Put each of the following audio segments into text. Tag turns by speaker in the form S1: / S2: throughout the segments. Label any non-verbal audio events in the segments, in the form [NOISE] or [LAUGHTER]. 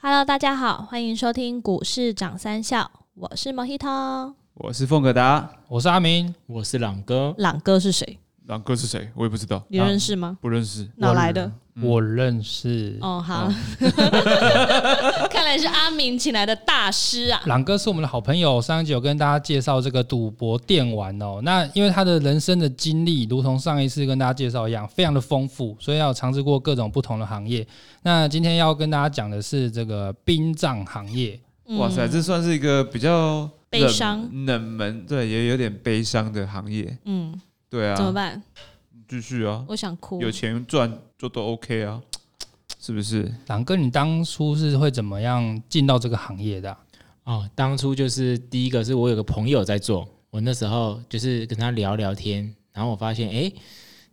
S1: Hello，大家好，欢迎收听股市涨三笑，我是 Mojito。
S2: 我是凤可达，
S3: 我是阿明，我是朗哥，
S1: 朗哥是谁？
S2: 朗哥是谁？我也不知道，
S1: 你认识吗？
S2: 不认识。
S1: 哪来的？
S3: 我认识。
S1: 哦，好， [LAUGHS] 看来是阿明请来的大师啊。
S3: 朗哥是我们的好朋友，上一集有跟大家介绍这个赌博电玩哦。那因为他的人生的经历，如同上一次跟大家介绍一样，非常的丰富，所以要尝试过各种不同的行业。那今天要跟大家讲的是这个殡葬行业，
S2: 哇塞，这算是一个比较
S1: 嗯
S2: 冷
S1: 悲伤
S2: 冷门，对，也有点悲伤的行业。
S1: 嗯，
S2: 对啊，
S1: 怎么办？哦
S2: 继续啊，
S1: 我想哭。
S2: 有钱赚就都 OK 啊，是不是？
S3: 朗哥，你当初是会怎么样进到这个行业的啊、
S4: 哦，当初就是第一个是我有个朋友在做，我那时候就是跟他聊聊天，然后我发现，哎、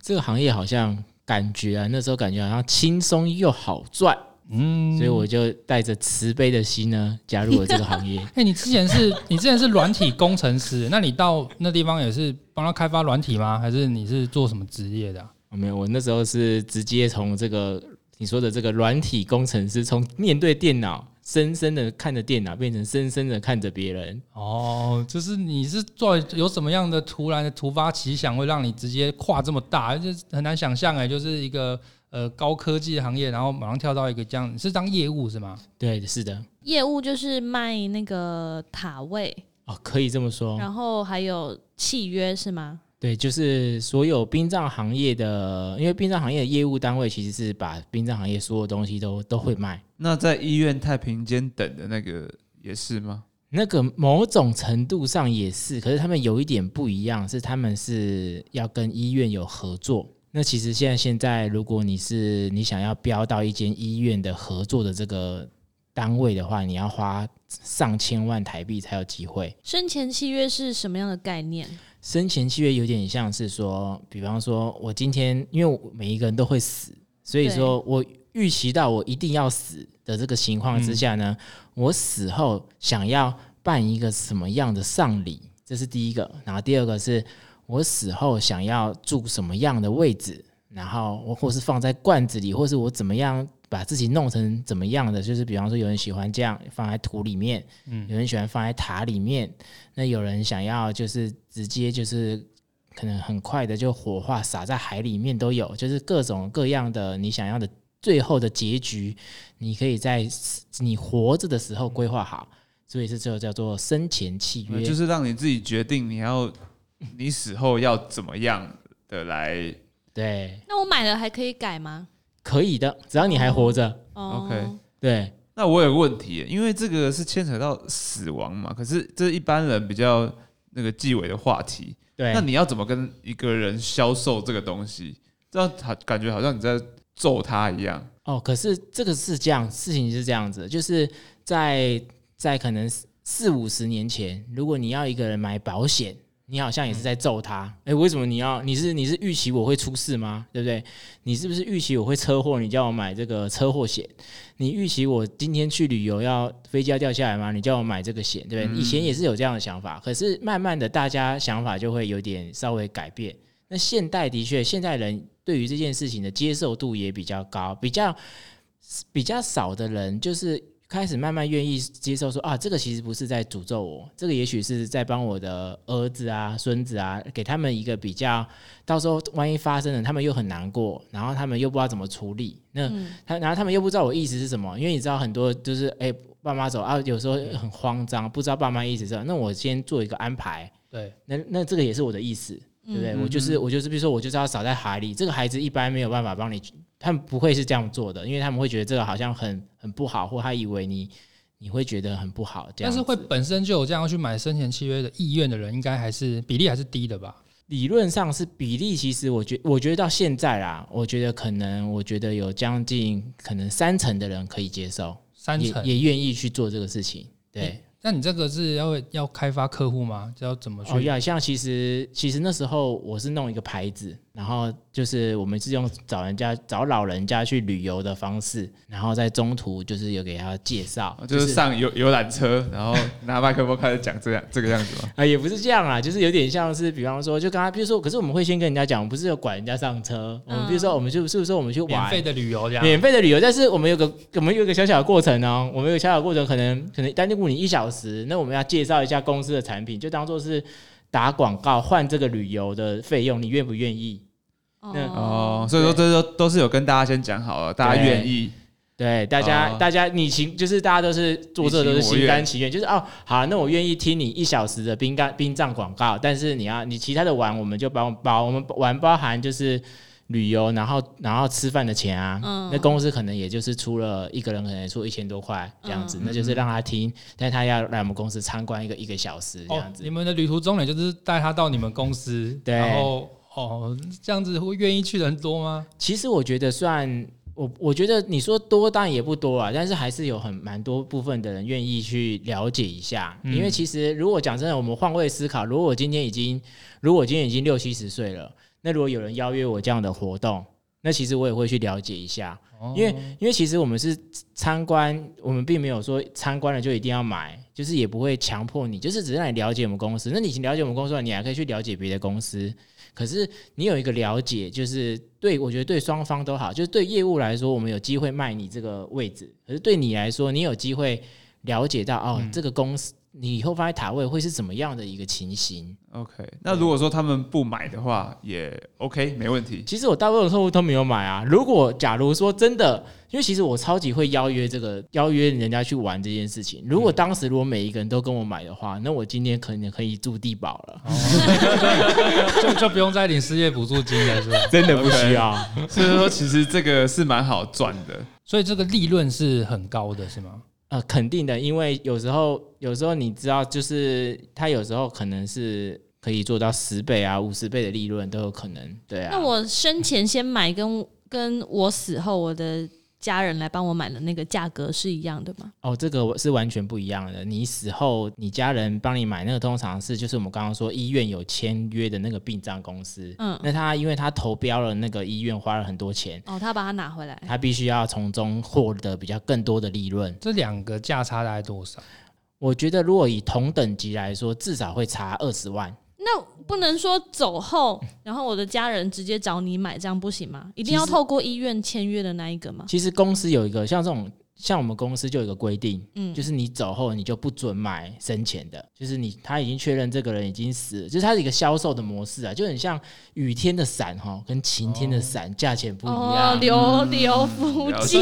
S4: 这个行业好像感觉啊，那时候感觉好像轻松又好赚，
S3: 嗯，。
S4: 所以我就带着慈悲的心呢，加入了这个行业 [LAUGHS]
S3: 哎、你之前是 [LAUGHS] 你之前是软体工程师，那你到那地方也是帮他开发软体吗？还是你是做什么职业的啊、
S4: 哦、没有，我那时候是直接从这个你说的这个软体工程师，从面对电脑，深深的看着电脑，变成深深的看着别人。
S3: 哦，就是你是做有什么样的突然的突发奇想，会让你直接跨这么大，就是很难想象哎，就是一个呃高科技的行业，然后马上跳到一个这样，你是当业务是吗？
S4: 对，是的，
S1: 业务就是卖那个塔位，
S4: 哦，可以这么说。
S1: 然后还有契约是吗？
S4: 对，就是所有殡葬行业的，因为殡葬行业的业务单位其实是把殡葬行业所有东西都都会卖。
S2: 那在医院太平间等的那个也是吗？
S4: 那个某种程度上也是，可是他们有一点不一样，是他们是要跟医院有合作。那其实现在现在，如果你是你想要标到一间医院的合作的这个单位的话，你要花上千万台币才有机会。
S1: 生前契约是什么样的概念？
S4: 生前契约有点像是说，比方说，我今天因为我每一个人都会死，所以说我预期到我一定要死的这个情况之下呢，我死后想要办一个什么样的丧礼，这是第一个。然后第二个是我死后想要住什么样的位置，然后我或是放在罐子里，或是我怎么样把自己弄成怎么样的，就是比方说有人喜欢这样放在土里面，嗯，有人喜欢放在塔里面，那有人想要就是直接就是可能很快的就火化撒在海里面都有，就是各种各样的你想要的最后的结局，你可以在你活着的时候规划好，所以是这个叫做生前契约，
S2: 就是让你自己决定你要你死后要怎么样的来。
S4: 对，
S1: 那我买了还可以改吗？
S4: 可以的，只要你还活着，
S1: 哦
S2: OK
S4: 对。
S2: 那我有个问题耶，因为这个是牵扯到死亡嘛，可是这一般人比较那个忌讳的话题。
S4: 对，
S2: 那你要怎么跟一个人销售这个东西？这样他感觉好像你在揍他一样。
S4: 哦，可是这个是这样，事情是这样子，就是在在可能四四五十年前，如果你要一个人买保险，你好像也是在揍他。哎、为什么你要？你是你是预期我会出事吗？对不对？你是不是预期我会车祸？你叫我买这个车祸险？你预期我今天去旅游要飞机要掉下来吗？你叫我买这个险，对不对？以前也是有这样的想法，可是慢慢的大家想法就会有点稍微改变。那现代的确，现代人对于这件事情的接受度也比较高，比较比较少的人就是开始慢慢愿意接受说啊，这个其实不是在诅咒我，这个也许是在帮我的儿子啊、孙子啊，给他们一个比较，到时候万一发生了，他们又很难过，然后他们又不知道怎么处理，那他、然后他们又不知道我意思是什么，因为你知道很多就是哎。爸妈走啊，有时候很慌张，不知道爸妈意思是什么。那我先做一个安排，
S3: 对，
S4: 那那这个也是我的意思，对
S3: 嗯
S4: 不对？我就是我就是，比如说我就是要撒在海里，这个孩子一般没有办法帮你，他们不会是这样做的，因为他们会觉得这个好像很很不好，或他以为你你会觉得很不好，这
S3: 但
S4: 样
S3: 是
S4: 子。
S3: 会本身就有这样去买生前契约的意愿的人，应该还是比例还是低的吧？
S4: 理论上是比例，其实我觉我觉得到现在啦，我觉得可能我觉得有将近可能三成的人可以接受，
S3: 三
S4: 也
S3: 成。
S4: 也愿意去做这个事情，对。
S3: 嗯那你这个是要
S4: 哦
S3: 要开发客户吗？这要怎么去？
S4: 哦，要像其实其实那时候我是弄一个牌子，然后就是我们是用找人家找老人家去旅游的方式，然后在中途就是有给他介绍，
S3: 哦
S2: 就是上游游览车，然后拿麦克风开始讲这样这个样子嘛。
S4: 啊、也不是这样啦，就是有点像是，比方说，就跟他，比如说，可是我们会先跟人家讲，我们不是有管人家上车，我们比如说，我们就是不是说我们去
S3: 免
S4: 玩
S3: 费的旅游这样。
S4: 免费的旅游，但是我们有个我们有一个小小的过程哦，我们有个小小的过程，可能可能单顾你一小时，那我们要介绍一下公司的产品，就当做是打广告换这个旅游的费用，你愿不愿意？那 [LAUGHS]
S2: 哦，，所以说这都都是有跟大家先讲好了，大家愿意
S4: 对，大家、
S2: 哦
S4: 大家你情就是大家都是做这个都是
S2: 你情我
S4: 心
S2: 愿
S4: 甘情愿，就是哦，好，那我愿意听你一小时的冰干冰杖广告，但是你要你其他的玩，我们就包包我们玩包含就是旅游，然后然后吃饭的钱啊，
S1: 嗯
S4: 那公司可能也就是出了一个人可能出一千多块这样子，
S2: 嗯
S4: 那就是让他听，但他要来我们公司参观一个一个小时这
S3: 哦
S4: 样，子，
S3: 你们的旅途终点就是带他到你们公司，
S4: 对
S3: 然后哦，这样子会愿意去的人多吗？
S4: 其实我觉得算我，我觉得你说多当然也不多啊，但是还是有很蛮多部分的人愿意去了解一下，
S3: 嗯
S4: 因为其实如果讲真的，我们换位思考，如果我今天已经，如果我今天已经六七十岁了，那如果有人邀约我这样的活动。那其实我也会去了解一下，
S3: 哦
S4: 因为因为其实我们是参观，我们并没有说参观了就一定要买，就是也不会强迫你，就是只是让你了解我们公司。那你已经了解我们公司了，你还可以去了解别的公司。可是你有一个了解，就是对我觉得对双方都好，就是对业务来说，我们有机会卖你这个位置；可是对你来说，你有机会了解到哦，这个公司你以后放在塔位会是怎么样的一个情形。
S2: OK。那如果说他们不买的话，也 OK，没问题。
S4: 其实我大部分的客户都没有买啊。如果假如说真的，因为其实我超级会邀约这个邀约人家去玩这件事情。如果当时如果每一个人都跟我买的话，那我今天可能可以住地堡了，
S3: [LAUGHS] 就就不用再领失业补助金了，是吧？
S4: [LAUGHS]
S3: [LAUGHS]
S4: 真的不需要。
S2: 所以说其实这个是蛮好赚的。
S3: 所以这个利润是很高的，是吗？
S4: 呃，肯定的，因为有时候有时候你知道，就是他有时候可能是可以做到十倍啊、五十倍的利润都有可能。对啊，
S1: 那我生前先买跟跟我死后我的家人来帮我买的那个价格是一样的吗？
S4: 哦，这个我是完全不一样的。你死后，你家人帮你买那个，通常是就是我们刚刚说医院有签约的那个殡葬公司。
S1: 嗯
S4: 那他因为他投标了那个医院，花了很多钱，
S1: 哦，他把它拿回来，
S4: 他必须要从中获得比较更多的利润。
S3: 这两个价差大概多少？
S4: 我觉得如果以同等级来说，至少会差二十万。
S1: 那不能说走后，然后我的家人直接找你买，这样不行吗？一定要
S4: 其实
S1: 透过医院签约的那一个吗？
S4: 其实公司有一个像这种，像我们公司就有一个规定，
S1: 嗯，
S4: 就是是你走后你就不准买生前的，就是你他已经确认这个人已经死了，就是它是一个销售的模式啊，就很像雨天的伞哈，跟晴天的伞价钱不一
S1: 哦
S4: 样，。
S1: 流流福
S2: 了
S1: 记，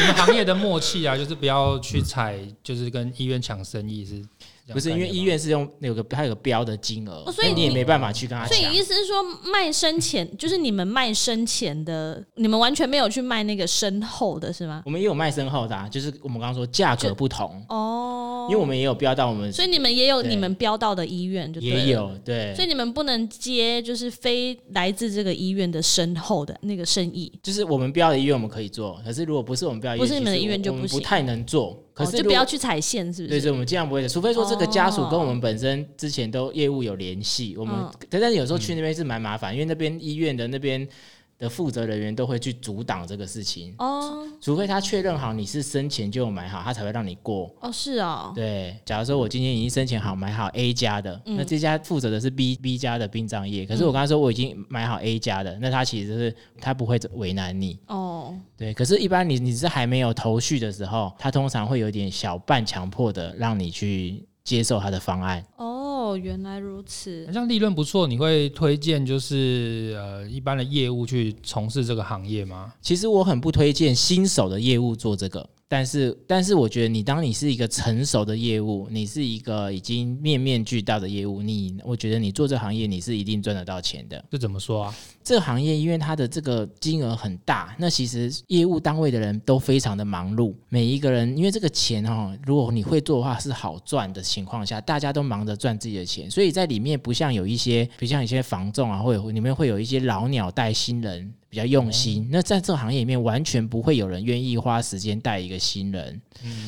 S3: 你们行业的默契啊，就是不要去踩，就是跟医院抢生意是这样的概念吗？
S4: 嗯不是因为医院是用有个它有个标的金额，
S1: 哦所以
S4: 那你也
S1: 你
S4: 没办法去跟他
S1: 所
S4: 抢。
S1: 以意思是说卖生前，就是你们卖生前的，你们完全没有去卖那个身后的是吗？
S4: 我们也有卖身后的、啊，就是我们刚刚说价格不同，
S1: 哦
S4: 因，为我们也有标到我们
S1: 所以你们也有
S4: 对
S1: 你们标到的医院就对了
S4: 也，有对
S1: 所，以你们不能接就是非来自这个医院的身后的那个生意。
S4: 就是我们标的医院我们可以做，可是如果不是我们标的医院，
S1: 不是你们的
S4: 其实
S1: 医院就
S4: 我们
S1: 不
S4: 不
S1: 行
S4: 太能做。可
S1: 哦，
S4: 是
S1: 就
S4: 如
S1: 不
S4: 果
S1: 要去踩线，是不
S4: 对，
S1: 是？
S4: 所以我们尽量不会的，除非说这个家属
S1: 哦
S4: 跟我们本身之前都业务有联系，我们、
S1: 嗯
S4: 但但是有时候去那边是蛮麻烦，因为那边医院的那边的负责人员都会去阻挡这个事情， [LAUGHS]
S1: 哦
S4: 除非他确认好你是生前就有买好，他才会让你过。
S1: 哦，是哦，
S4: 对，假如说我今天已经申请好买好 A 家的，
S1: 嗯
S4: 那这家负责的是 B B 家的殡葬业，可是我刚才说我已经买好 A 家的，那他其实是他不会为难你，
S1: 哦，
S4: 对，可是，一般你你是还没有头绪的时候，他通常会有点小半强迫的让你去接受他的方案。
S1: 哦，原来如
S3: 好
S1: 此。
S3: 像利润不错，你会推荐就是呃一般的业务去从事这个行业吗？
S4: 其实我很不推荐新手的业务做这个，但是但是我觉得你当你是一个成熟的业务，你是一个已经面面俱到的业务，你我觉得你做这行业你是一定赚得到钱的。
S3: 这怎么说啊？
S4: 这个行业因为它的这个金额很大，那其实业务单位的人都非常的忙碌，每一个人因为这个钱哦，如果你会做的话是好赚的情况下，大家都忙着赚自己的钱，所以在里面不像有一些，不像有些房仲啊，会有里面会有一些老鸟带新人比较用心，那在这个行业里面完全不会有人愿意花时间带一个新人，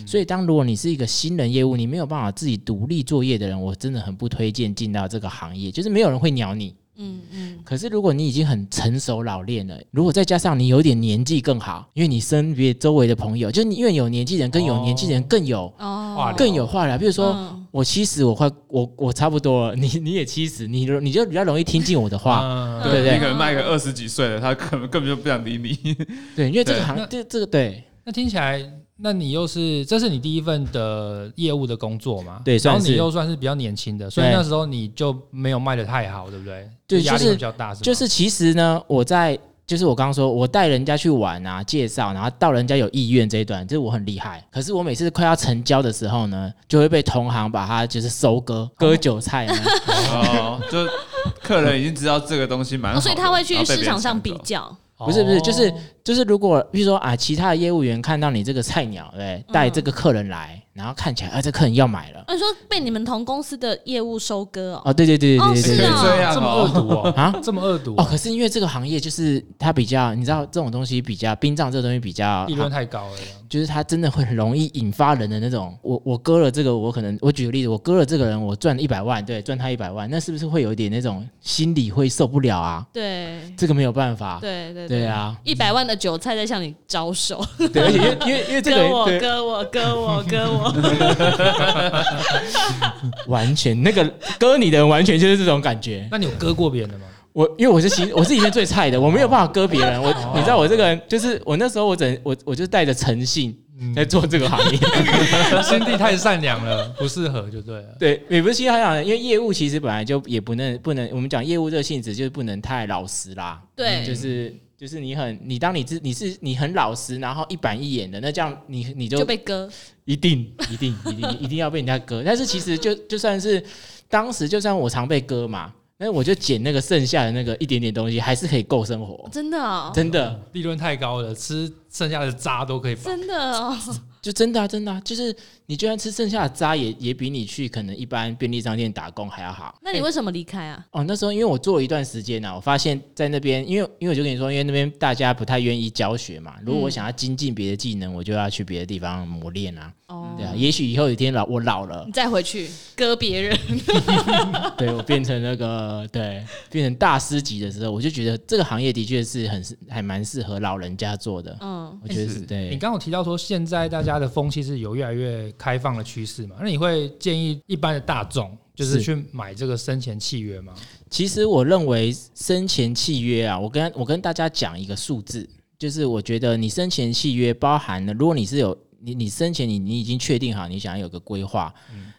S4: 所以当如果你是一个新人业务，你没有办法自己独立作业的人，我真的很不推荐进到这个行业，就是没有人会鸟你。
S1: 嗯嗯，
S4: 可是如果你已经很成熟老练了，如果再加上你有点年纪更好，因为你身边周围的朋友，就是你因为有年纪人跟有年纪人更有、
S1: 哦
S3: 哇，
S4: 更有话聊，比如说。
S1: 嗯
S4: 我七十，我快我我差不多了，你你也七十，你你就比较容易听进我的话，
S3: 嗯
S4: 对不对
S2: 你可能卖个二十几岁的，他可能根本就不想理你。
S4: 对，因为这
S2: 对
S4: 个行
S3: 那
S4: 这这个对
S3: 那听起来，那你又是这是你第一份的业务的工作嘛？
S4: 对
S3: 然
S4: 算
S3: 后
S4: 是
S3: 你又算是比较年轻的，所以
S4: 对
S3: 那时候你就没有卖的太好，对不对？
S4: 对
S3: 压力
S4: 就是
S3: 会比较大，是吗
S4: 就是其实呢，我在就是我刚刚说，我带人家去玩啊，介绍，然后到人家有意愿这一段，就是我很厉害。可是我每次快要成交的时候呢，就会被同行把它就是收割割韭菜呢。
S2: [LAUGHS] 哦，就客人已经知道这个东西蛮
S1: 哦，
S2: 好的、
S1: 所以他会去
S2: 然后被
S1: 市
S2: 别人
S1: 场上
S2: 抢
S1: 比
S2: 走
S1: 较，
S4: 不是不是就是
S3: 哦
S4: 就是如果比如说啊，其他的业务员看到你这个菜鸟，对，带这个客人来，然后看起来啊，这客人要买了，
S1: 啊，你说被你们同公司的业务收割哦，
S4: 哦，对对对对对
S1: 是
S4: 对
S2: 可
S4: 对
S2: 以
S1: 啊。
S2: 这样
S3: 这么恶
S2: 哦。
S3: 毒哦
S4: [LAUGHS] 啊
S3: 这么恶毒
S4: 哦，
S3: 哦，
S4: 可是因为这个行业就是它比较，你知道这种东西比较殡葬这个东西比较
S3: 利润太高了。
S4: 就是他真的会很容易引发人的那种，我我割了这个，我可能我举个例子，我割了这个人，我赚一百万，对，赚他一百万，那是不是会有一点那种心理会受不了啊？
S1: 对
S4: 这个没有办法，
S1: 对对 [LAUGHS]
S4: 对，啊，
S1: 一百万的韭菜在向你招手，
S4: 对，而且因为因为因为这个
S1: 割我
S4: [LAUGHS] 人对
S1: 割我割我割
S4: [LAUGHS]
S1: 我，
S4: 完全那个割你的人完全就是这种感觉。
S3: 那你有割过别人的吗？
S4: 我因为我是其
S1: [LAUGHS]
S4: 我是里面最菜的，我没有办法割别人，我
S1: 哦
S4: 你知道我这个人就是我那时候我整我我就带着诚信
S1: 嗯
S4: 在做这个
S1: [LAUGHS]
S4: 行业。
S3: 嗯心地太善良了，不适合就对了。
S4: 对，也不是其他讲，因为业务其实本来就也不能不能，我们讲业务这个性质就是不能太老实啦。
S1: 对
S4: 就是就是你很你当你自你是你很老实，然后一板一眼的，那这样你你就
S1: 就被割，
S4: 一定一定一定一定要被人家割。但是其实就就算是当时就算我常被割嘛，那我就捡那个剩下的那个一点点东西，还是可以够生活。
S1: 真的哦，
S4: 真的，
S3: 利润太高了，吃剩下的渣都可以把。
S1: 真的哦，
S4: 就真的啊，真的啊，就是你就算吃剩下的渣也，也比你去可能一般便利商店打工还要好。
S1: 那你
S2: 哎
S1: 为什么离开啊？
S4: 哦，那时候因为我做了一段时间呢、啊，我发现在那边，因为因为我就跟你说，因为那边大家不太愿意教学嘛。如
S1: 嗯
S4: 果我想要精进别的技能，我就要去别的地方磨练啊。
S1: 哦
S4: 对，啊，也许以后有一天老我
S1: [LAUGHS]
S4: 老了
S1: 你，再回去割别人，
S4: 对我变成那个对变成大师级的时候，我就觉得这个行业的确是很适还蛮适合老人家做的。
S1: 嗯，
S4: 我觉得
S2: 是
S4: 是
S3: 你
S4: 对。
S3: 刚刚有提到说，现在大家的风气是有越来越开放的趋势嘛？那你会建议一般的大众就是
S4: 是
S3: 去买这个生前契约吗？
S4: 其实我认为生前契约啊，我跟我跟大家讲一个数字，就是我觉得你生前契约包含了，如果你是有你你生前你你已经确定好你想要有个规划，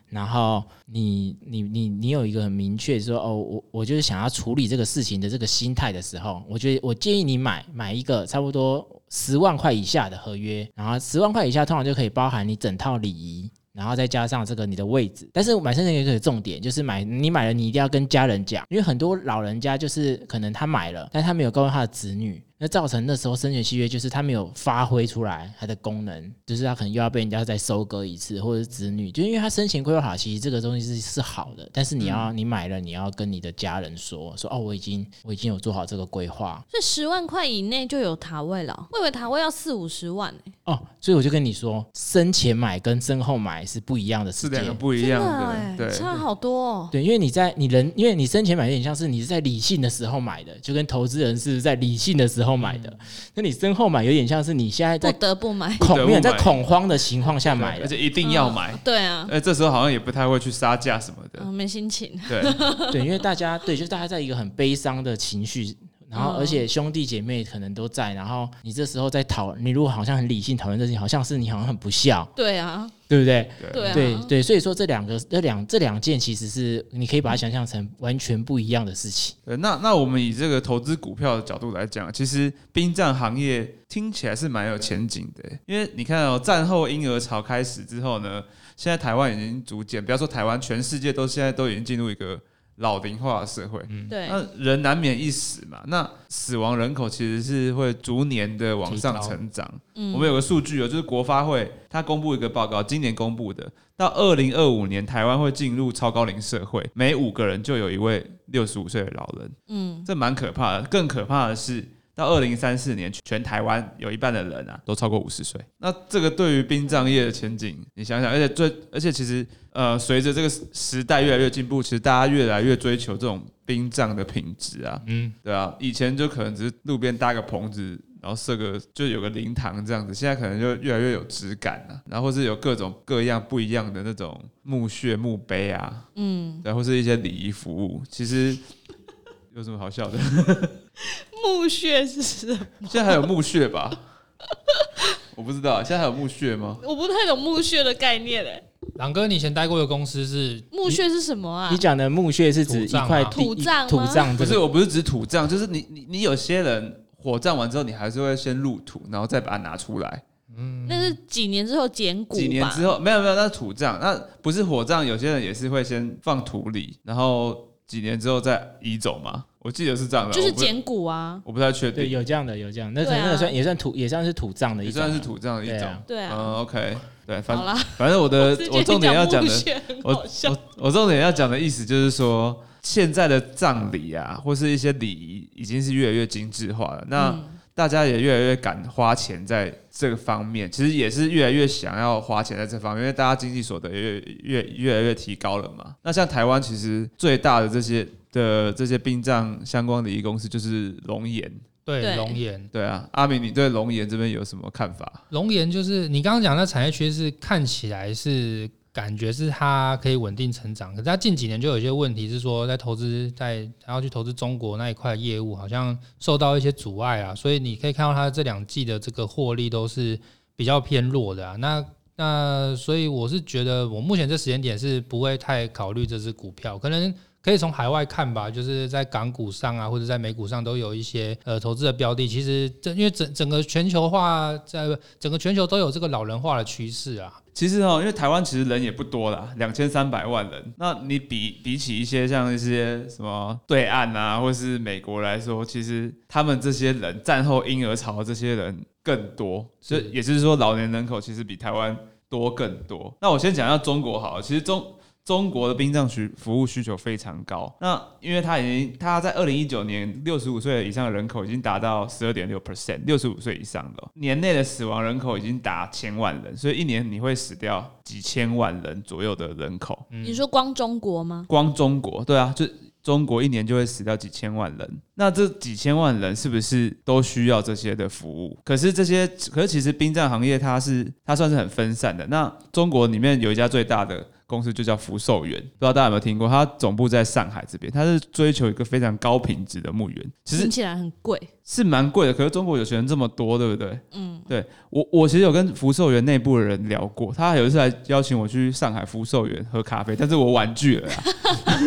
S4: 然后你你你你有一个很明确说哦，我我就是想要处理这个事情的这个心态的时候，我觉得我建议你买买一个差不多十万块以下的合约，然后十万块以下通常就可以包含你整套礼仪。然后再加上这个你的位置，但是买生前有一个重点，就是买你买了，你一定要跟家人讲，因为很多老人家就是可能他买了，但他没有告诉他的子女，那造成那时候生前契约就是他没有发挥出来它的功能，就是他可能又要被人家再收割一次，或者是子女，就因为他生前规划好，其实这个东西是是好的，但是
S2: 嗯
S4: 你要、你买了，你要跟你的家人说说哦，我已经我已经有做好这个规划
S1: 所以十万块以内就有塔位了哦，我以为塔位要四五十万欸
S4: 哦，所以我就跟你说，生前买跟身后买是不一样的世
S2: 是
S4: 界
S2: 两。个不一
S1: 真
S2: 样
S1: 的
S2: 的，
S1: 哎，
S2: 对，
S1: 差好多哦，
S4: 对，因为你在你人，因为你生前买有点像是你是在理性的时候买的，就跟投资人是在理性的时候买的。那你身后买有点像是你现在
S1: 不
S4: 在
S1: 得不买，
S2: 不得
S4: 恐
S2: 不
S4: 没有在
S2: 买
S4: 恐慌的情况下
S2: 对
S4: 买
S2: 而
S4: 的。
S2: 且一定要买
S1: 啊嗯。对啊，
S2: 哎，这时候好像也不太会去杀价什么的，
S1: 嗯，没心情，
S2: 对，
S4: 对，因为大家对，就是大家在一个很悲伤的情绪，然后而且兄弟姐妹可能都在，然后你这时候在讨，你如果好像很理性讨论这些，好像是你好像很不孝，
S1: 对啊，
S4: 对不对？
S1: 对啊，
S4: 对对，所以说这两个这两这两件其实是你可以把它想象成完全不一样的事情。
S2: 对，那那我们以这个投资股票的角度来讲，其实殡葬行业听起来是蛮有前景的，因为你看哦，战后婴儿潮开始之后呢，现在台湾已经逐渐，不要说台湾，全世界都现在都已经进入一个老龄化的社会，
S1: 对，
S2: 那人难免一死嘛，那死亡人口其实是会逐年的往上成长。
S1: 嗯
S2: 我们有个数据哦，就是国发会它公布一个报告，今年公布的，到二零二五年台湾会进入超高龄社会，每五个人就有一位六十五岁的老人。
S1: 嗯，
S2: 这蛮可怕的。更可怕的是，到二零三四年，全台湾有一半的人啊都超过五十岁。那这个对于殡葬业的前景，你想想，而且最而且其实呃，随着这个时时代越来越进步，其实大家越来越追求这种殡葬的品质啊，
S3: 嗯，
S2: 对啊，以前就可能只是路边搭个棚子，然后设个就有个灵堂这样子，现在可能就越来越有质感啊，然后或是有各种各样不一样的那种墓穴、墓碑啊，
S1: 嗯，
S2: 然后是一些礼仪服务，其实有什么好笑的？
S1: 墓穴是什么？
S2: 现在还有墓穴吧？ [LAUGHS] 我不知道，现在还有墓穴吗？
S1: 我不太懂墓穴的概念欸诶。
S3: 朗哥，你以前待过的公司是
S1: 墓穴是什么啊
S4: 你？讲的墓穴是指
S3: 土
S4: 一
S3: 葬
S4: 块
S3: 吗
S4: 地
S1: 土葬
S4: 土
S1: 吗
S4: 葬
S2: 不
S4: 这
S2: 是，
S4: 个
S2: 我不是指土葬，就是你你你有些人火葬完之后，你还是会先入土，然后再把它拿出来。
S1: 那是几年之后捡骨吧？
S2: 几年之后，没有没有，那是土葬，那不是火葬，有些人也是会先放土里，然后几年之后再移走嘛。我记得是这样的，
S1: 就是
S2: 我不
S1: 捡骨啊。
S2: 我不太确
S4: 对
S2: 定，
S4: 有这样的有这样，那可
S1: 对啊
S4: 能那个算也算土也算是土葬的一
S2: 也
S4: 种
S2: 算
S4: 啊，
S2: 是土葬的一
S4: 对
S2: 种
S4: 啊。
S1: 对啊，
S2: 嗯，OK，对，反
S1: 好啦，
S2: 反正我
S1: [LAUGHS]
S2: 的
S1: 是觉得
S2: 我重点要讲
S1: 墓
S2: 的
S1: 穴很 [LAUGHS]
S2: 我
S1: 好笑
S2: 我我重点要讲的意思就是说，现在的葬礼啊，或是一些礼仪，已经是越来越精致化了。那、
S1: 嗯
S2: 大家也越来越敢花钱在这个方面，其实也是越来越想要花钱在这方面，因为大家经济所得越越越来越提高了嘛。那像台湾其实最大的这些的这些殡葬相关礼仪公司就是龙岩，
S3: 对
S1: 对
S3: 龙岩，
S2: 对啊，阿明，你对龙岩这边有什么看法？
S3: 龙岩就是你刚刚讲那产业区是看起来是感觉是它可以稳定成长，可是它近几年就有一些问题是说在投资在它要去投资中国那一块业务好像受到一些阻碍啊，所以你可以看到它这两季的这个获利都是比较偏弱的啊。那那所以我是觉得我目前这时间点是不会太考虑这只股票，可能。可以从海外看吧，就是在港股上啊，或者在美股上都有一些呃投资的标的。其实这因为整整个全球化，在整个全球都有这个老人化的趋势啊。
S2: 其实哦，因为台湾其实人也不多啦，两千三百万人。那你比比起一些像一些什么对岸啊，或是美国来说，其实他们这些人战后婴儿潮这些人更多，所以
S3: 是
S2: 也就是说老年人口其实比台湾多更多。那我先讲一下中国好了，其实中中国的殡葬需服务需求非常高，那因为它已经，它在二零一九年六十五岁以上的人口已经达到十二点六 percent，六十五岁以上的哦年内的死亡人口已经达千万人，所以一年你会死掉几千万人左右的人口，
S1: 你说光中国吗？
S2: 光中国，对啊，就中国一年就会死掉几千万人，那这几千万人是不是都需要这些的服务？可是这些，可是其实殡葬行业它是它算是很分散的。那中国里面有一家最大的公司就叫福寿园，不知道大家有没有听过？它总部在上海这边，它是追求一个非常高品质的墓园，其实
S1: 听起来很贵。
S2: 是蛮贵的。可是中国有钱人这么多，对不对？
S1: 嗯，
S2: 我我其实有跟福寿园内部的人聊过，他有一次来邀请我去上海福寿园喝咖啡，但是我婉拒了啦。 [LAUGHS]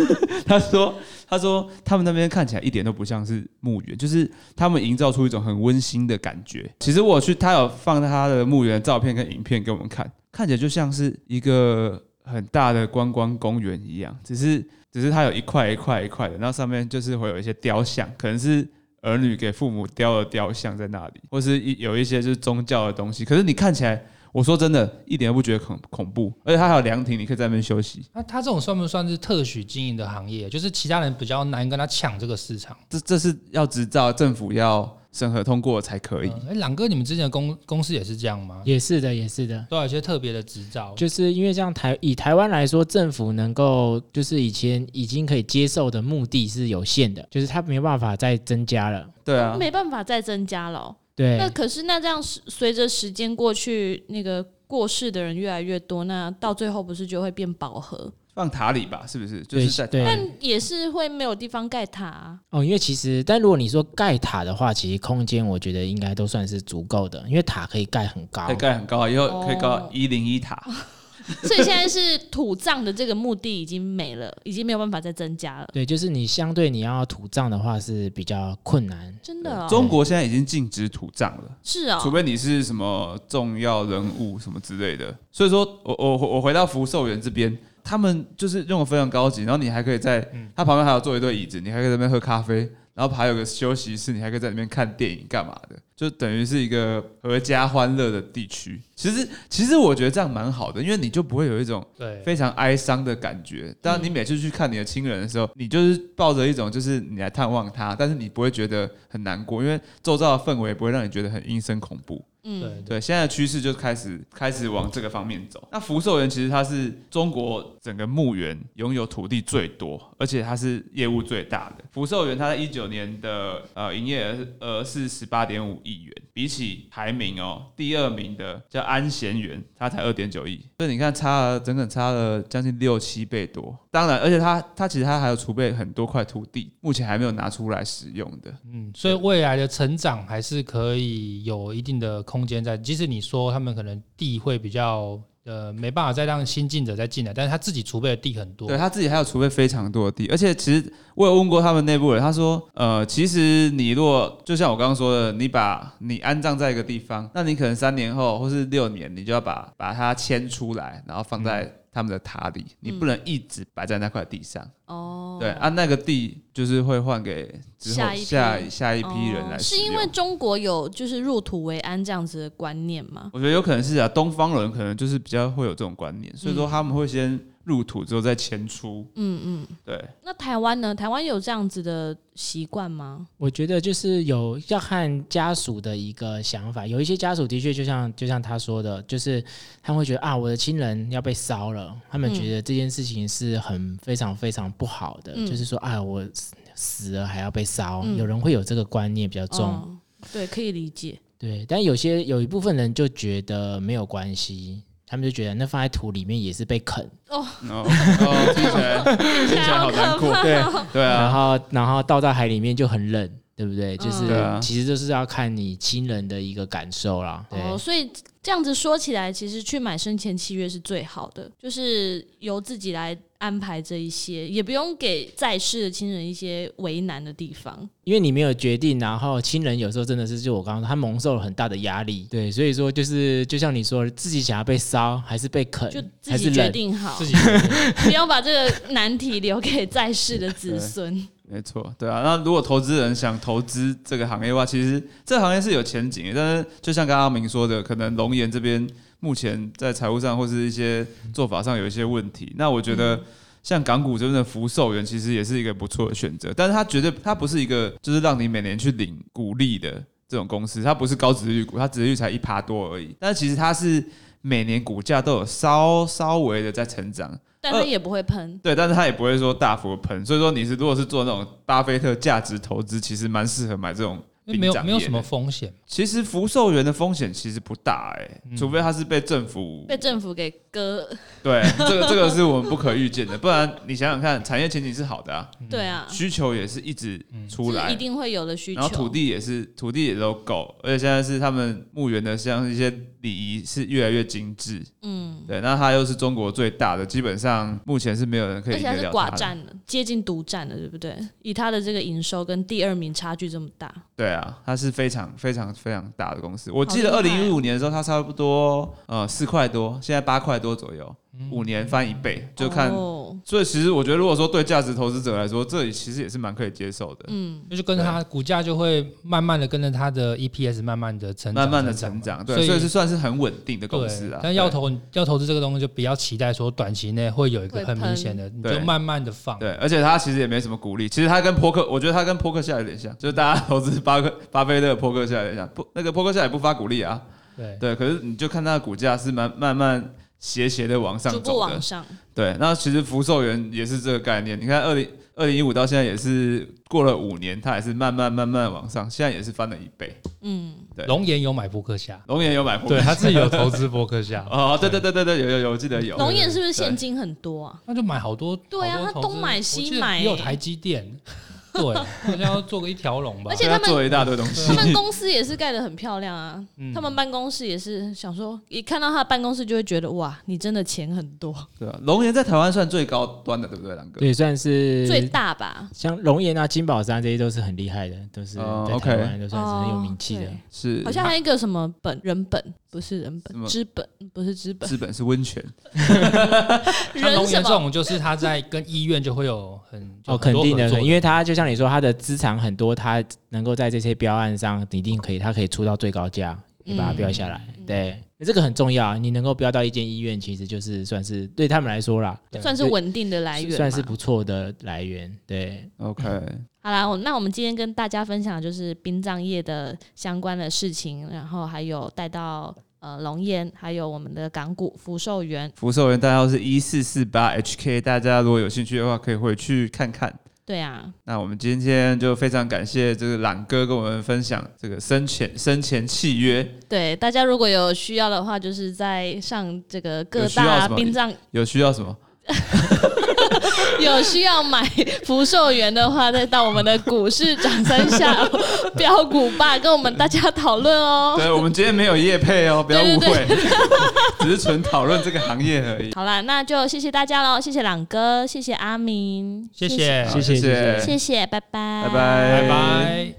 S2: 他说他说他们那边看起来一点都不像是墓园，就是他们营造出一种很温馨的感觉。其实我去，他有放他的墓园的照片跟影片给我们看，看起来就像是一个很大的观光公园一样，只是只是它有一块一块一块的，那上面就是会有一些雕像，可能是儿女给父母雕的雕像在那里，或是一有一些就是宗教的东西。可是你看起来，我说真的，一点都不觉得恐恐怖，而且它还有凉亭，你可以在那边休息。
S3: 那它这种算不算是特许经营的行业？就是其他人比较难跟他抢这个市场。
S2: 这这是要执照，政府要审核通过才可以。
S3: 嗯哎、朗哥，你们之前的公公司也是这样吗？
S4: 也是的，也是的。
S3: 都有一些特别的执照？
S4: 就是因为这样台以台湾来说，政府能够就是以前已经可以接受的目的是有限的，就是它没有办法再增加了。
S2: 对啊，
S1: 没办法再增加了哦、
S4: 对，
S1: 那可是那这样时随着时间过去，那个过世的人越来越多，那到最后不是就会变饱和？
S2: 放塔里吧，是不是？就
S4: 对
S2: 是在
S4: 对
S1: 但也是会没有地方盖塔、啊。 [LAUGHS]
S4: 哦，因为其实，但如果你说盖塔的话，其实空间我觉得应该都算是足够的，因为塔可以盖很高
S2: 可以。盖很高，以后
S1: 哦
S2: 可以盖一零一塔。
S1: 所以现在是土葬的这个目的已经没了，已经没有办法再增加了。
S4: 对，就是你相对你要土葬的话是比较困难。
S1: 真的、哦，
S2: 中国现在已经禁止土葬了。
S1: 是啊、
S2: 除非你是什么重要人物什么之类的。所以说我我我回到福寿园这边，他们就是用的非常高级，然后你还可以在它旁边还有坐一堆椅子，你还可以在那边喝咖啡，然后还有个休息室，你还可以在里面看电影干嘛的，就等于是一个合家欢乐的地区。其实其实我觉得这样蛮好的，因为你就不会有一种
S3: 对，
S2: 非常哀伤的感觉。当你每次去看你的亲人的时候，你就是抱着一种就是你来探望他，但是你不会觉得很难过，因为周遭的氛围不会让你觉得很阴森恐怖。
S3: 对
S1: 嗯，
S2: 对，现在的趋势就开始开始往这个方面走。那福寿园其实它是中国整个墓园拥有土地最多，而且它是业务最大的。福寿园它在一九年的呃营业额额是十八点五亿元，比起排名哦第二名的叫安贤园，它才二点九亿，所以你看差了整整差了将近六七倍多。当然，而且它它其实它还有储备很多块土地，目前还没有拿出来使用的。
S3: 嗯，所以未来的成长还是可以有一定的空间在。即使你说他们可能地会比较呃没办法再让新进者再进来，但是他自己储备的地很多
S2: 对。他自己还有储备非常多的地，而且其实我有问过他们内部人，他说，呃，其实你若就像我刚刚说的，你把你安葬在一个地方，那你可能三年后或是六年，你就要把把它迁出来，然后放
S1: 嗯
S2: 在他们的塔里，你不能一直摆在那块地上。
S1: 哦，
S2: 对，啊，那个地就是会换给之后
S1: 下一批
S2: 下下一批人来
S1: 哦
S2: 使
S1: 是因
S2: 用
S1: 为中国有就是入土为安这样子的观念吗？
S2: 我觉得有可能是啊，东方人可能就是比较会有这种观念，所以说他们会先入土之后再迁出。
S1: 嗯嗯，
S2: 对，
S1: 那台湾呢？台湾有这样子的习惯吗？
S4: 我觉得就是有要看家属的一个想法，有一些家属的确就像就像他说的，就是他们会觉得啊，我的亲人要被烧了，他们
S1: 嗯
S4: 觉得这件事情是很非常非常不好的，
S1: 嗯
S4: 就是说啊，我死死了还要被烧，
S1: 嗯
S4: 有人会有这个观念比较重。
S1: 哦对，可以理解。
S4: 对，但有些有一部分人就觉得没有关系，他们就觉得那放在土里面也是被啃，
S2: 哦，哦听起来听起来好难过，对对
S4: 然
S2: 啊，
S4: 后然后倒到海里面就很冷，对不对？就是、
S1: 嗯
S2: 对啊
S4: 其实就是要看你亲人的一个感受啦。对，
S1: 哦，所以这样子说起来，其实去买生前契约是最好的，就是由自己来安排这一些，也不用给在世的亲人一些为难的地方。
S4: 因为你没有决定，然后亲人有时候真的是就我刚刚说，他蒙受了很大的压力。对，所以说就是就像你说，自己想要被烧还是被啃
S1: 就，自
S4: 还是
S1: 己决
S4: 冷。
S1: 定好
S2: [LAUGHS]
S3: 自，己
S1: [LAUGHS] 不要把这个难题留给在世的子孙。
S2: 没错， [LAUGHS] 对啊。那如果投资人想投资这个行业的话，其实这个行业是有前景的，但是就像刚刚阿明说的，可能龙岩这边目前在财务上或是一些做法上有一些问题。那我觉得。像港股这边的福寿园其实也是一个不错的选择，但是它绝对它不是一个就是让你每年去领股利的这种公司，它不是高值率股，它值率才一趴多而已。但是其实它是每年股价都有稍稍微的在成长，
S1: 但他也不会喷，
S2: 对，但是他也不会说大幅喷，所以说你是如果是做那种巴菲特价值投资，其实蛮适合买这种
S3: 因为没有
S2: 殡葬业
S3: 没有什么风险。
S2: 其实福寿园的风险其实不大哎、
S3: 嗯
S2: 除非它是被政府
S1: 被政府给割。
S2: 对这个这个是我们不可预见的，不然你想想看，产业前景是好的啊，
S3: 嗯
S1: 对啊，
S2: 需求也是一直出
S1: 是
S2: 来，
S1: 一定会有的需求。
S2: 然后土地也是土地也都够，而且现在是他们墓园的像一些礼仪是越来越精致，
S1: 嗯，
S2: 对，那它又是中国最大的，基本上目前是没有人可
S1: 而
S2: 以赢
S1: 且
S2: 得
S1: 它
S2: 了
S1: 是
S2: 它的。
S1: 寡占的，接近独占的，对不对？以它的这个营收跟第二名差距这么大，
S2: 对啊，它是非常非常非常大的公司。我记
S1: 好
S2: 得二
S1: 厉害
S2: 零一五年的时候，它差不多呃四块多，现在八块多左右，五年翻一倍，就看。
S1: 哦、
S2: 所以其实我觉得，如果说对价值投资者来说，这里其实也是蛮可以接受的，
S1: 嗯，
S3: 就是跟着它股价就会慢慢的跟着它的 EPS 慢慢的成长，
S2: 慢慢的成长，对，所以是算是很稳定的公司
S3: 对
S2: 啊。
S3: 但要投要投资这个东西，就不要期待说短期内会有一个很明显的，你
S2: 对
S3: 就慢慢的放。
S2: 对，而且它其实也没什么鼓励，其实它跟扑克，我觉得它跟扑克夏有点像，就是大家投资巴克巴菲特的扑克夏有点像，不那个扑克夏也不发鼓励啊，
S3: 对，
S2: 对，可是你就看它的股价是慢慢慢斜斜的往上
S1: 逐步
S2: 走的
S1: 往，上，
S2: 对，那其实福寿园也是这个概念。你看，二零二零一五到现在也是过了五年，它也是慢慢慢慢往上，现在也是翻了一倍。
S1: 嗯，
S2: 对
S3: 龙岩有买扑克虾，
S2: 龙岩有买过，，
S3: 对他自己有投资扑克虾
S2: [LAUGHS] 哦，对对对对对，有有有，我记得有。
S1: 龙眼是不是现金很多啊？
S3: 那就买好多。
S1: 对啊
S3: 好多投
S1: 他
S3: 资
S1: 东买西
S3: 我记得
S1: 买
S3: 也有台
S1: [LAUGHS]
S3: 积电，对，好像要做个一条龙吧
S1: 而。且
S2: 对
S1: 他
S2: 他
S1: 们
S2: 做了一大堆东西
S1: 他，们公司也是盖得很漂亮啊，
S2: 嗯
S1: 他们办公室也是想说，一看到他的办公室就会觉得哇，你真的钱很多，
S2: 对啊，龙岩在台湾算最高端的，对不对，狼哥？
S4: 对，算是
S1: 最大吧？
S4: 像龙岩啊、金宝山这些都是很厉害的，都是
S2: 哦
S4: 在
S2: OK
S4: 台湾都算是很有名气的
S1: 哦。
S2: 是
S1: 好像还有一个什么本人本不是人
S2: 什
S1: 本
S2: 么
S1: 资本不是资本
S2: 资本是温泉，
S3: 像
S1: 人
S3: 龙
S1: 什
S3: 岩这
S1: 么
S3: 种，就是他在跟医院就会有很
S4: 哦，肯定的，因
S3: 为
S4: 为他就像你说，他的资产很多，他能够在这些标案上，一定可以，他可以出到最高价，你把它标下来。对，这个很重要啊。你能够标到一间医院，其实就是算是对他们来说啦，对
S1: 算是稳定的来源嘛，
S4: 算是不错的来源。对，
S2: OK，
S1: 好啦，我那我们今天跟大家分享的就是殡葬业的相关的事情，然后还有带到呃龙岩，还有我们的港股福寿园。
S2: 福寿园代号是一四四八 HK，大家如果有兴趣的话，可以回去看看。
S1: 对啊，
S2: 那我们今天就非常感谢这个朗哥跟我们分享这个生前生前契约，
S1: 对大家如果有需要的话，就是在上这个各
S2: 有需要
S1: 大
S2: 什么
S1: 殡葬
S2: 有需要什么？
S1: 有需要买福寿园的话，再到我们的股市涨三下标股吧，跟我们大家讨论哦。
S2: [LAUGHS] 对，我们今天没有业配哦，不要误
S1: 对
S2: 会， [LAUGHS] 只是纯讨论这个行业而已。
S1: 好啦，那就谢谢大家喽，谢谢朗哥，谢谢阿明，
S3: 谢谢
S2: 好谢
S4: 谢谢
S1: 谢谢，拜拜，
S2: 拜拜
S3: 拜拜。